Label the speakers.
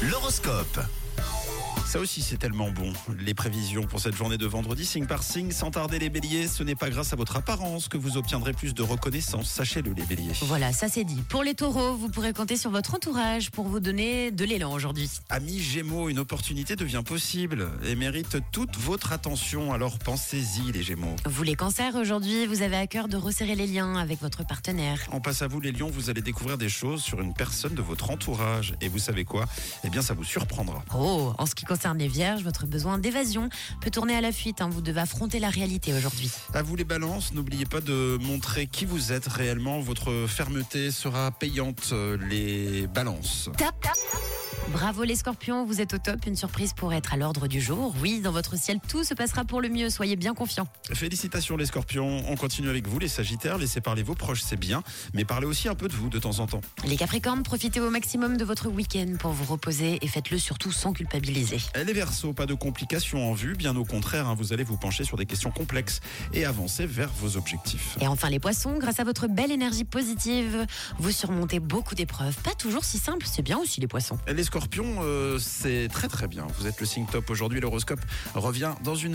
Speaker 1: L'horoscope. Ça aussi, c'est tellement bon. Les prévisions pour cette journée de vendredi, signe par signe, sans tarder les béliers. Ce n'est pas grâce à votre apparence que vous obtiendrez plus de reconnaissance. Sachez-le, les béliers.
Speaker 2: Voilà, ça c'est dit. Pour les taureaux, vous pourrez compter sur votre entourage pour vous donner de l'élan aujourd'hui.
Speaker 1: Amis Gémeaux, une opportunité devient possible et mérite toute votre attention. Alors pensez-y, les Gémeaux.
Speaker 2: Vous les cancers, aujourd'hui, vous avez à cœur de resserrer les liens avec votre partenaire.
Speaker 1: On passe à vous, les lions. Vous allez découvrir des choses sur une personne de votre entourage. Et vous savez quoi Eh bien, ça vous surprendra.
Speaker 2: Oh, en ce qui concerne les vierges, votre besoin d'évasion peut tourner à la fuite. hein. Vous devez affronter la réalité aujourd'hui.
Speaker 1: À vous, les balances. N'oubliez pas de montrer qui vous êtes réellement. Votre fermeté sera payante, euh, les balances.
Speaker 2: Tap Bravo les scorpions, vous êtes au top. Une surprise pourrait être à l'ordre du jour. Oui, dans votre ciel, tout se passera pour le mieux. Soyez bien confiants.
Speaker 1: Félicitations les scorpions, on continue avec vous les sagittaires, laissez parler vos proches c'est bien, mais parlez aussi un peu de vous de temps en temps.
Speaker 2: Les capricornes, profitez au maximum de votre week-end pour vous reposer et faites-le surtout sans culpabiliser.
Speaker 1: Et Eh, Les versos, pas de complications en vue, bien au contraire, hein, vous allez vous pencher sur des questions complexes et avancer vers vos objectifs.
Speaker 2: Et enfin les poissons, grâce à votre belle énergie positive, vous surmontez beaucoup d'épreuves. Pas toujours si simple, c'est bien aussi les
Speaker 1: Eh,
Speaker 2: poissons.
Speaker 1: Et les scorpions, euh, c'est très très bien, vous êtes le signe top aujourd'hui, l'horoscope revient dans une